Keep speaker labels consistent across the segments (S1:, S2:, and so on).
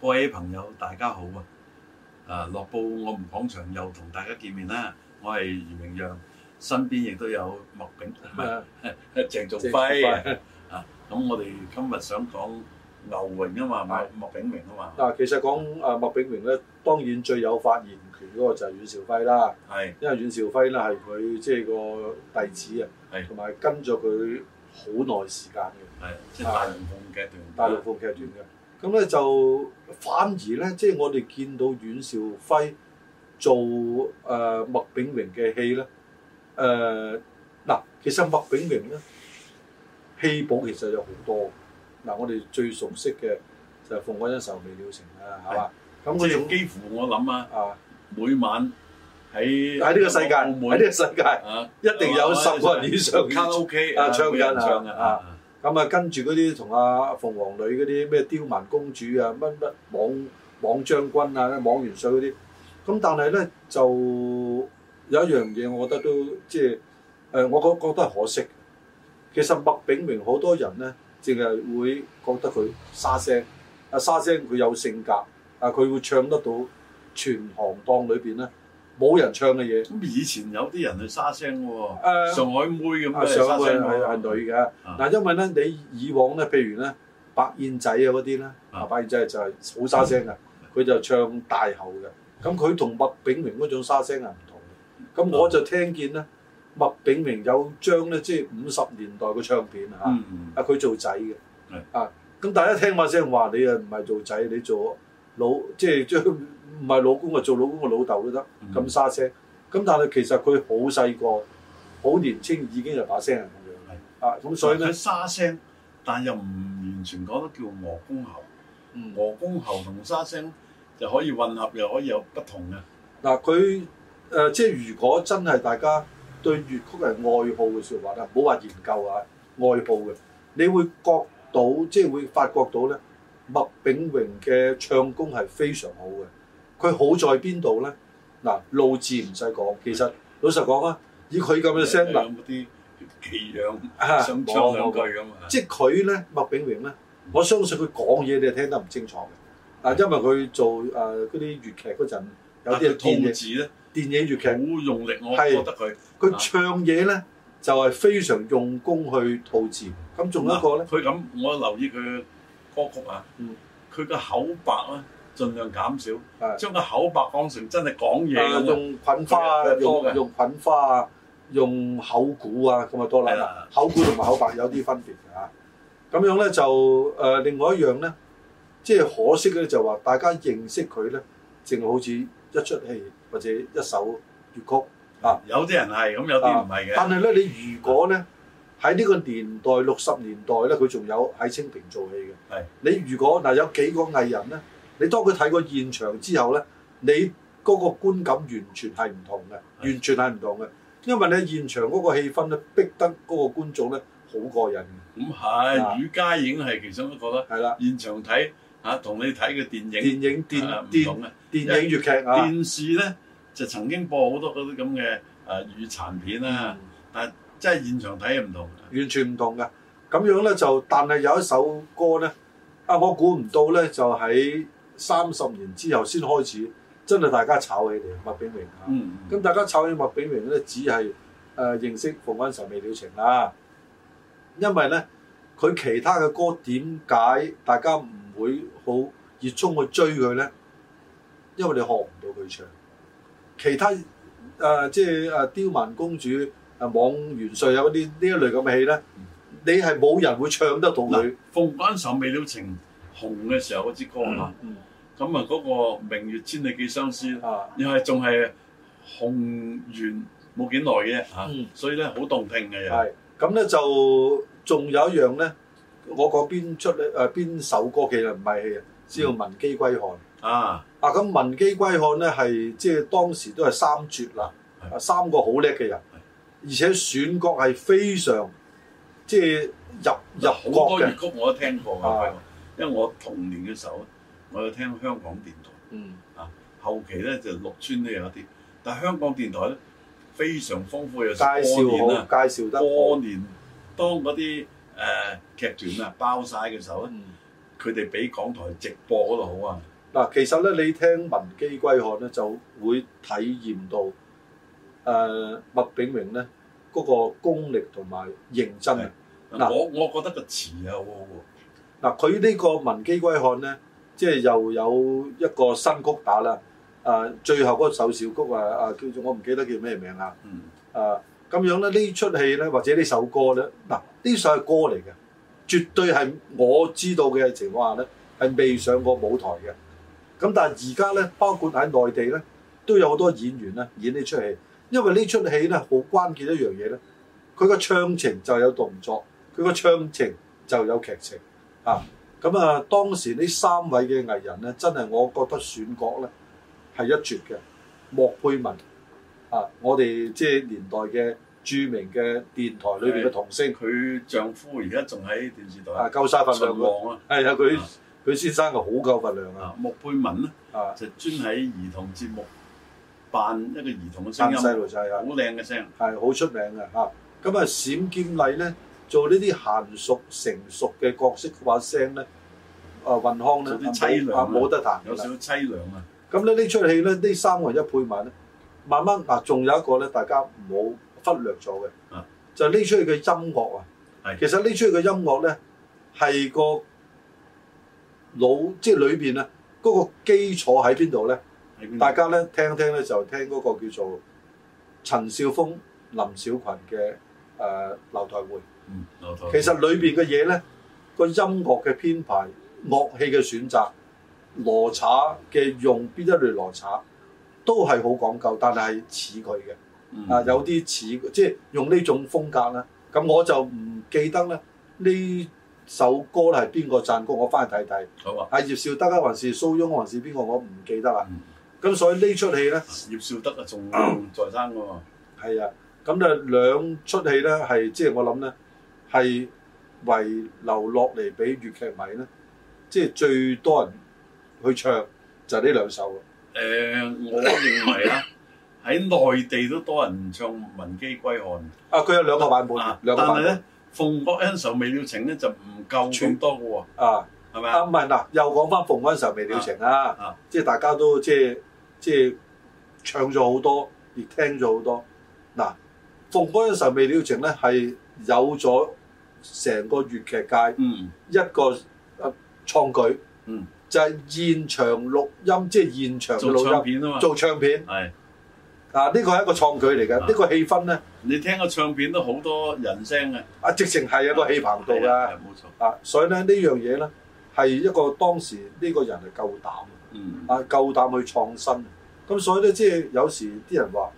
S1: 各位朋友，大家好啊！啊，樂報我們講場又同大家見面啦。我係余明陽，身邊亦都有麥炳，唔係 鄭仲輝啊。咁我哋今日想講牛榮啊嘛，麥麥炳明啊嘛，
S2: 嗱，其實講啊麥炳明咧，當然最有發言權嗰個就係阮兆輝啦，
S1: 係
S2: 因為阮兆輝咧係佢即係個弟子啊
S1: 係，
S2: 同埋跟咗佢好耐時間嘅
S1: 係即係大龍鳳嘅
S2: 大
S1: 段
S2: 陸鳳劇團嘅。咁咧就反而咧，即係我哋見到阮兆輝做誒、呃、麥炳明嘅戲咧，誒、嗱，其實麥炳明咧戲寶其實有好多。嗱，我哋最熟悉嘅就係《鳳閣恩仇未了情》啦，係嘛？咁
S1: 即
S2: 嗰種
S1: 係幾乎我諗啊，
S2: 啊
S1: 每晚喺
S2: 喺呢個世界，
S1: 澳
S2: 喺呢
S1: 門
S2: 個世界
S1: 啊，
S2: 一定有十個人以上嘅
S1: 卡拉 OK
S2: 啊唱緊
S1: 每人唱
S2: 啊啊咁啊，跟住嗰啲同阿鳳凰女嗰啲咩刁蠻公主啊，乜乜網網將軍啊，網元帥嗰啲，咁但係咧就有一樣嘢，我覺得都即係誒，我覺覺得係可惜嘅。其實麥炳明好多人咧，淨係會覺得佢沙聲，啊沙聲佢有性格，啊佢會唱得到全行當裏邊咧冇人唱嘅嘢。
S1: 咁以前有啲人去沙聲喎，
S2: 誒
S1: 上海妹咁
S2: 啊，
S1: 嘅
S2: 上
S1: 沙啊
S2: 會
S1: 聲嗯
S2: 係
S1: 喎
S2: 係女嘅。嗱，因為咧，你以往咧，譬如咧，白燕仔啊嗰啲咧，啊白燕仔就係好沙聲嘅，
S1: 嗯
S2: 佢就唱大喉嘅。咁佢同麥炳明嗰種沙聲係唔同
S1: 啊
S2: 嘅。咁我就聽見咧，麥炳明有張咧，即係五十年代嘅唱片嚇，啊
S1: 嗯，
S2: 佢做仔嘅
S1: 係，
S2: 啊咁大家聽話聲話你啊唔係做仔，你做老，即係將唔係老公啊，做老公嘅老豆都得。
S1: 嗯
S2: 咁沙聲。咁但係其實佢好細個，好年青已經有把聲係咁樣。啊，咁所以咧
S1: 佢，沙聲，但又唔完全講得叫鵝公喉。
S2: 嗯
S1: 鵝公喉同沙聲就可以混合，又可以有不同嘅。
S2: 嗱佢誒即係如果真係大家對粵曲係愛好嘅説話啦，唔好話研究啊，愛好嘅，你會覺到即係會發覺到咧，麥炳榮嘅唱功係非常好嘅。佢好在邊度咧？嗱，路字唔使講，其實老實講啊，以佢咁嘅聲能，
S1: 有冇啲奇樣
S2: 啊
S1: 想
S2: 冇
S1: 唱
S2: 冇
S1: 兩
S2: 冇
S1: 句咁啊？
S2: 即係佢咧，麥炳榮咧，我相信佢講嘢你係聽得唔清楚嘅。啊嗱，因為佢做誒啊嗰啲粵劇嗰陣，有
S1: 但
S2: 啲係
S1: 佢
S2: 電
S1: 吐
S2: 影
S1: 字咧
S2: 電影粵劇
S1: 好。用力，我
S2: 係
S1: 覺得佢
S2: 佢唱嘢咧就係、非常用功去吐字。咁仲有一個咧，
S1: 佢咁，我留意佢歌曲啊
S2: 嗯，
S1: 佢個口白咧盡量減少，
S2: 係
S1: 將個口白講成真係講嘢咁
S2: 啊
S1: 啊。
S2: 用菌花啊
S1: 佢，有多嘅
S2: 用用菌花啊，用口鼓啊，咁啊多
S1: 係
S2: 啦
S1: 啦。
S2: 口鼓同埋口白有啲分別嘅嚇。咁樣咧就誒、呃另外一樣咧，即係可惜嘅咧就話大家認識佢咧，淨係好似一出戲或者一首粵曲。啊
S1: 有啲人係咁，有啲唔係嘅。
S2: 但係咧，你如果咧喺呢個年代六十年代咧，佢仲有喺清平做戲嘅。
S1: 係
S2: 你如果嗱有幾個藝人咧，你當佢睇過現場之後咧，你嗰個觀感完全係唔同嘅，
S1: 係
S2: 完全係唔同嘅，因為咧現場嗰個氣氛咧，逼得嗰個觀眾咧好過癮嘅，
S1: 咁係
S2: 啊
S1: 雨家影係其中一個啦。
S2: 係啦。
S1: 現場睇嚇，同你睇嘅電影
S2: 電影電
S1: 啊唔
S2: 電
S1: 同嘅。
S2: 電影粵劇啊，
S1: 電視咧就曾經播好多嗰啲咁嘅誒粵殘片啦，即係現場睇係唔同嘅。
S2: 完全唔同嘅。咁樣咧就，但係有一首歌咧，啊，我估唔到咧，就喺三十年之後先開始，真係大家炒起嚟麥炳榮啊。
S1: 嗯，
S2: 咁大家炒起麥炳榮咧，只係誒、呃、認識《鳳閣恩仇未了情》啦。因為咧，佢其他嘅歌點解大家唔會好熱衷去追佢咧？因為你學唔到佢唱。其他誒、呃即係誒刁蠻公主、誒網元帥啊嗰啲呢一類咁嘅戲咧，你係冇人會唱得到佢
S1: 嗱。，鳳閣恩仇未了情紅嘅時候嗰支歌啊，
S2: 嗯
S1: 咁啊嗰個明月千里寄相思，
S2: 啊，
S1: 又係仲係紅完冇幾耐嘅啫
S2: 嗯
S1: 嚇，所以咧好動聽嘅又
S2: 係咁咧就仲有一樣咧，我講邊出咧誒邊首歌其實唔係戲啊，只叫《文姬歸漢》
S1: 啊，
S2: 啊。咁《文姬歸漢》咧係即係當時都係三絕啦，
S1: 係
S2: 啊三個好叻嘅人，而且選角係非常即係入入
S1: 有好多
S2: 角嘅
S1: 粵。曲我都聽過嘅
S2: 啊，
S1: 因為我童年嘅時候我有聽香港電台。
S2: 嗯，
S1: 後期咧就綠村都有啲，但係香港電台咧非常豐富，有時
S2: 介紹
S1: 過年
S2: 好，
S1: 啊，
S2: 介紹得好
S1: 過年都呃當嗰啲誒劇
S2: 嗯
S1: 團啊包晒嘅時候咧，佢哋比港台直播嗰度好啊。
S2: 嗱，其實咧，你聽文基歸漢咧，就會體驗到誒、呃麥炳榮咧嗰、個功力同埋認真啊！嗱
S1: 我我覺得個詞啊好好
S2: 嗱，佢呢個文基歸漢咧，即係又有一個新曲打啦。誒、最後嗰首小曲啊啊，叫做我唔記得叫咩名啦。
S1: 喎。嗯，
S2: 啊，咁樣咧，呢出戲咧，或者呢首歌咧，嗱，呢首係歌嚟嘅，絕對係我知道嘅情況下咧，係未上過舞台嘅。咁但係而家咧，包括喺內地咧，都有好多演員咧演呢出戲，因為呢出戲咧好關鍵一樣嘢咧，佢個唱情就有動作，佢個唱情就有劇情啊。咁啊，當時呢三位嘅藝人咧，真係我覺得選角咧係一絕嘅，莫佩文。啊，我哋即係年代嘅著名嘅電台裏邊嘅童星，
S1: 佢丈夫而家仲喺電視台
S2: 啊夠晒份量
S1: 秦
S2: 㗎，
S1: 王啊，
S2: 係啊，佢佢先生係好夠份量啊，
S1: 啊穆佩文咧
S2: 啊，
S1: 就專喺兒童節目扮一個兒童嘅聲
S2: 生
S1: 音，
S2: 細
S1: 好
S2: 路仔啊，
S1: 靚嘅聲。
S2: 係好出名嘅嚇。咁啊，閃劍麗咧做呢啲嫻熟成熟嘅角色把聲咧，啊雲康咧
S1: 有啲淒涼
S2: 啊
S1: 啊
S2: 冇得彈
S1: 有
S2: 㗎
S1: 少
S2: 啦。
S1: 少凄涼啊！
S2: 咁咧呢出戲咧呢三個人一配埋咧，慢慢嗱仲有一個咧大家唔好忽略咗嘅
S1: 啊，
S2: 就係呢出戲嘅音樂啊。
S1: 係
S2: 其實呢出戲嘅音樂咧係個腦即係裏邊啊嗰個基礎喺邊度咧？
S1: 喺邊度
S2: 大家咧聽一聽咧就聽嗰個叫做陳少峰、林小群嘅誒、呃、流台會。
S1: 嗯，劉台
S2: 其實裏邊嘅嘢咧，個音樂嘅編排、樂器嘅選擇、羅查嘅用邊一類羅查，都係好講究，但係似佢嘅
S1: 嗯
S2: 啊，有啲似即係用呢種風格啦。咁我就唔記得咧呢首歌係邊個贊歌，我翻去睇睇。
S1: 好啊，
S2: 啊，葉紹德啊，還是蘇翁，還是邊個？我唔記得啦
S1: 嗯。
S2: 咁所以呢出戲咧。
S1: 葉少德啊，仲在生㗎喎。
S2: 係啊，咁就兩出戲咧，係即係我諗咧，係遺留落嚟俾粵劇迷咧，即係最多人去唱就係呢兩首啊。
S1: 誒、我認為啦，喺內地都多人唱《文姬歸漢
S2: 啊，佢有兩個版》本
S1: 啊，，
S2: 兩
S1: 但
S2: 個版
S1: 係
S2: 本
S1: 咧，鳳閣恩仇未了情咧就唔夠咁多嘅喎，
S2: 啊
S1: 係咪
S2: 啊，
S1: 啊？
S2: 唔係嗱，又講翻《鳳嗰陣時候未了情》啦
S1: 啊，
S2: 即係大家都即係即係唱咗好多，亦聽咗好多。嗱，《鳳嗰陣時候未了情》咧係有咗成個粵劇界。
S1: 嗯，
S2: 一個誒創舉，
S1: 嗯，
S2: 就係現場錄音，即係現場嘅
S1: 做唱
S2: 錄音，
S1: 片啊嘛，
S2: 做唱片
S1: 係
S2: 啊！呢個係一個創舉嚟嘅，
S1: 啊
S2: 呢個氣氛咧
S1: 你聽個唱片都好多人聲嘅，
S2: 啊，直情係一個氣
S1: 行
S2: 棚度啦
S1: 係冇錯，
S2: 啊！所以咧呢樣嘢咧係一個當時呢個人係夠膽
S1: 嗯，
S2: 啊，夠膽去創新。咁所以咧，即係有時啲人話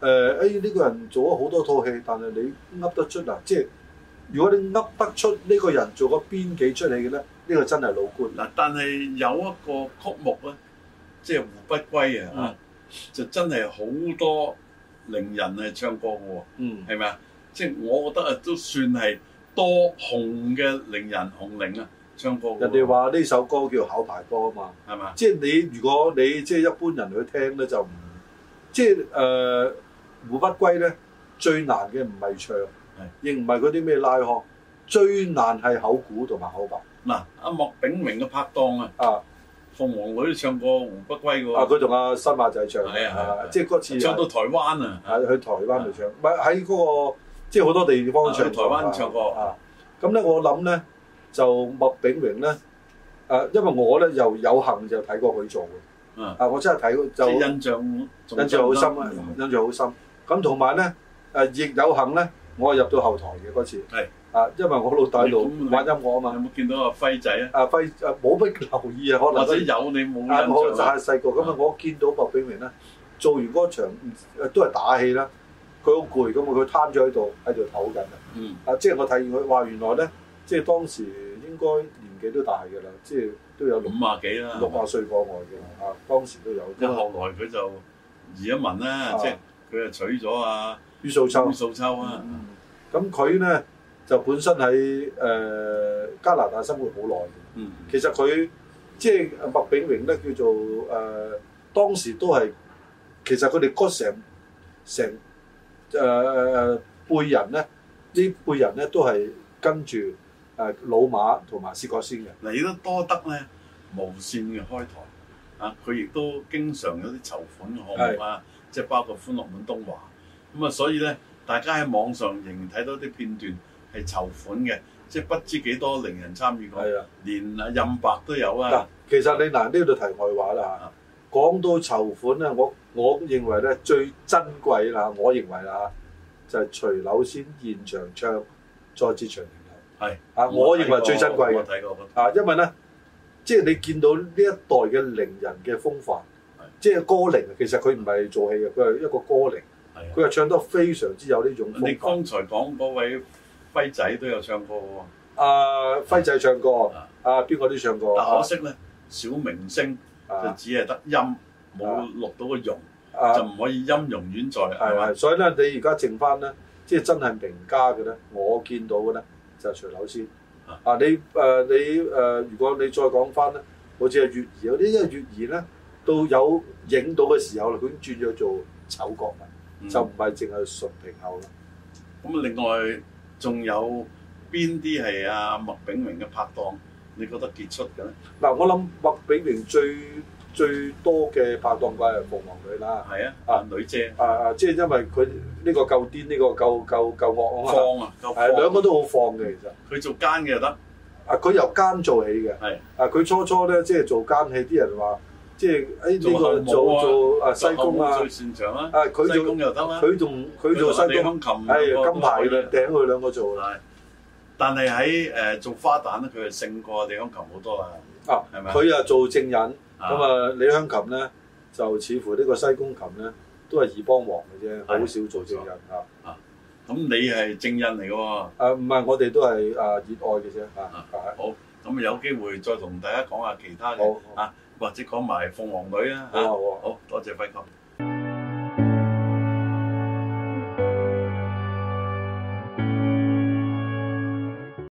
S2: 誒，誒呢個人做咗好多套戲，但係你噏得出嗱，即係如果你噏得出呢個人做過邊幾出戲嘅咧，呢個真係老倌。
S1: 嗱，但係有一個曲目咧，即係《胡不歸》啊，
S2: 嗯
S1: 就真係好多伶人係唱過嘅喎。
S2: 嗯，
S1: 係咪啊？即係我覺得啊，都算係多紅嘅伶人紅伶啊，唱歌嘅喎
S2: 人哋話呢首歌叫考牌歌啊嘛。
S1: 係嘛？
S2: 即係你如果你即係一般人去聽咧，就唔即係誒、呃胡不歸咧，最難嘅唔係唱，亦唔係嗰啲咩拉腔，最難係口鼓同埋口白
S1: 嗱，阿莫炳明嘅拍檔啊，
S2: 啊！
S1: 鳳凰女都唱過《胡不歸》嘅
S2: 啊，
S1: 喎，
S2: 佢同阿新馬仔唱
S1: 嗯係啊係啊
S2: 啊，即係嗰次
S1: 唱到
S2: 係
S1: 台灣啊，
S2: 係去台灣度唱，唔係喺嗰個即係好多地方
S1: 啊
S2: 唱
S1: 去
S2: 過啊，
S1: 台灣唱過
S2: 啊！咁咧，我諗咧就麥炳榮咧。誒，因為我咧又有幸就睇過佢做嘅，
S1: 嗯
S2: 啊，我真係睇過
S1: 即
S2: 就
S1: 係印象仲
S2: 印象好深
S1: 深
S2: 啊
S1: 刻！
S2: 印象好深。咁同埋咧，誒亦有幸咧，我係入到後台嘅嗰次。
S1: 係
S2: 啊，因為我老豆喺
S1: 咁
S2: 度
S1: 你
S2: 玩音樂啊
S1: 有
S2: 嘛。
S1: 冇見到阿輝仔啊？
S2: 啊輝誒冇乜留意啊，可
S1: 或
S2: 能
S1: 者有你冇
S2: 啊我
S1: 印
S2: 就
S1: 象啊？
S2: 係細個咁啊，我見到麥炳明咧做完嗰場誒都係打氣啦，佢好攰咁啊，佢攤咗喺度喺度唞緊啊。
S1: 嗯，
S2: 啊，即係我睇完佢話原來咧，即係當時應該年紀都大㗎啦，即係都有六
S1: 五啊幾啦，
S2: 六啊歲過外嘅啦。啊，當時都有。
S1: 即係後來佢就移咗民啦，
S2: 啊
S1: 即係佢就娶咗啊
S2: 於素秋
S1: 朱。素秋啊，
S2: 咁佢咧就本身喺誒、呃加拿大生活好耐嘅。
S1: 嗯，
S2: 其實佢即係麥炳榮咧，叫做誒、呃、當時都係呃其實佢哋嗰成成誒誒誒輩人咧呢輩人咧都係跟住誒老馬同埋薛覺先嘅。
S1: 嗱，亦都多得咧無線嘅開台啊，佢亦都經常有啲籌款嘅項目啊，即係包括歡樂滿東華咁啊，所以咧大家喺網上仍然睇到啲片段係籌款嘅，即係不知幾多零人參與過，
S2: 係啊，
S1: 連啊任白都有
S2: 嗱
S1: 啊，，
S2: 其實你嗱呢度題外話啦
S1: 啊
S2: 嚇，講到籌款咧，我我認為咧最珍貴啦，我認為啦就係徐柳先現場唱再至長年
S1: 係
S2: 後啊，我認為最珍貴嘅
S1: 我。睇過嗰
S2: 啊，因為咧，即係你見到呢一代嘅伶人嘅風範
S1: 係，
S2: 即係歌伶，啊其實佢唔係做戲嘅，佢係一個歌伶，
S1: 係啊，
S2: 佢係唱得非常之有呢種
S1: 你
S2: 風範。
S1: 剛才講嗰位輝仔都有唱過喎。
S2: 啊，輝仔唱過
S1: 啊，
S2: 啊邊個都唱過，
S1: 但可
S2: 啊
S1: 惜咧，小明星就
S2: Ờ. 啊
S1: 只係得音，冇錄到個容，就
S2: 啊
S1: 唔可以音容宛在，係
S2: 係
S1: 嘛
S2: 係，？所以咧你而家剩翻咧，即係真係名家嘅咧，我見到嘅咧就係徐柳先。
S1: 啊
S2: 啊，你誒你誒，如果你再講翻咧，好似係粵兒嗰啲，因為粵兒咧到有影到嘅時候啦，佢已經轉咗做丑角啦。
S1: 嗯
S2: 就唔係淨係純平口啦。
S1: 咁另外仲有邊啲係阿麥炳榮嘅拍檔？你覺得傑出嘅咧？
S2: 嗱，我諗麥炳榮最最多嘅拍檔梗係鳳凰女啦。
S1: 係啊，
S2: 啊
S1: 阿女姐
S2: 啊啊，即係因為佢呢個夠癲，呢、個夠夠夠惡啊嘛。
S1: 放啊，夠
S2: 係兩個
S1: 放，
S2: 都好放嘅，其實。
S1: 佢做奸嘅就得，
S2: 啊，佢由奸做起嘅。
S1: 係
S2: 啊，佢初初咧即係做奸戲，啲人話即係誒呢個
S1: 做後母
S2: 做
S1: 啊
S2: 做啊西
S1: 後
S2: 宮
S1: 宮
S2: 啊
S1: 最，擅長啦，
S2: 啊
S1: 西
S2: 佢做
S1: 宮又得啦，
S2: 佢仲佢做西
S1: 地
S2: 宮，
S1: 香琴
S2: 係金牌
S1: 嘅
S2: 嘅頂佢兩個做啦。
S1: 係，但係喺誒做花旦咧，佢係勝過地香琴好多啦。
S2: 啊，
S1: 係咪
S2: 佢啊做證人。
S1: 啊
S2: 咁啊，李香琴咧就似乎呢個西宮琴咧都係二幫王嘅啫，好少做正人啊。
S1: 咁你係正印嚟嘅喎，
S2: 啊，唔係，我哋都係啊熱愛嘅啫啊
S1: 啊。
S2: 啊
S1: 咁有機會再同大家講下其他嘅，
S2: 好，
S1: 啊或者講埋鳳凰女啊
S2: 好
S1: 嚇。
S2: 好好。
S1: 好多謝輝哥。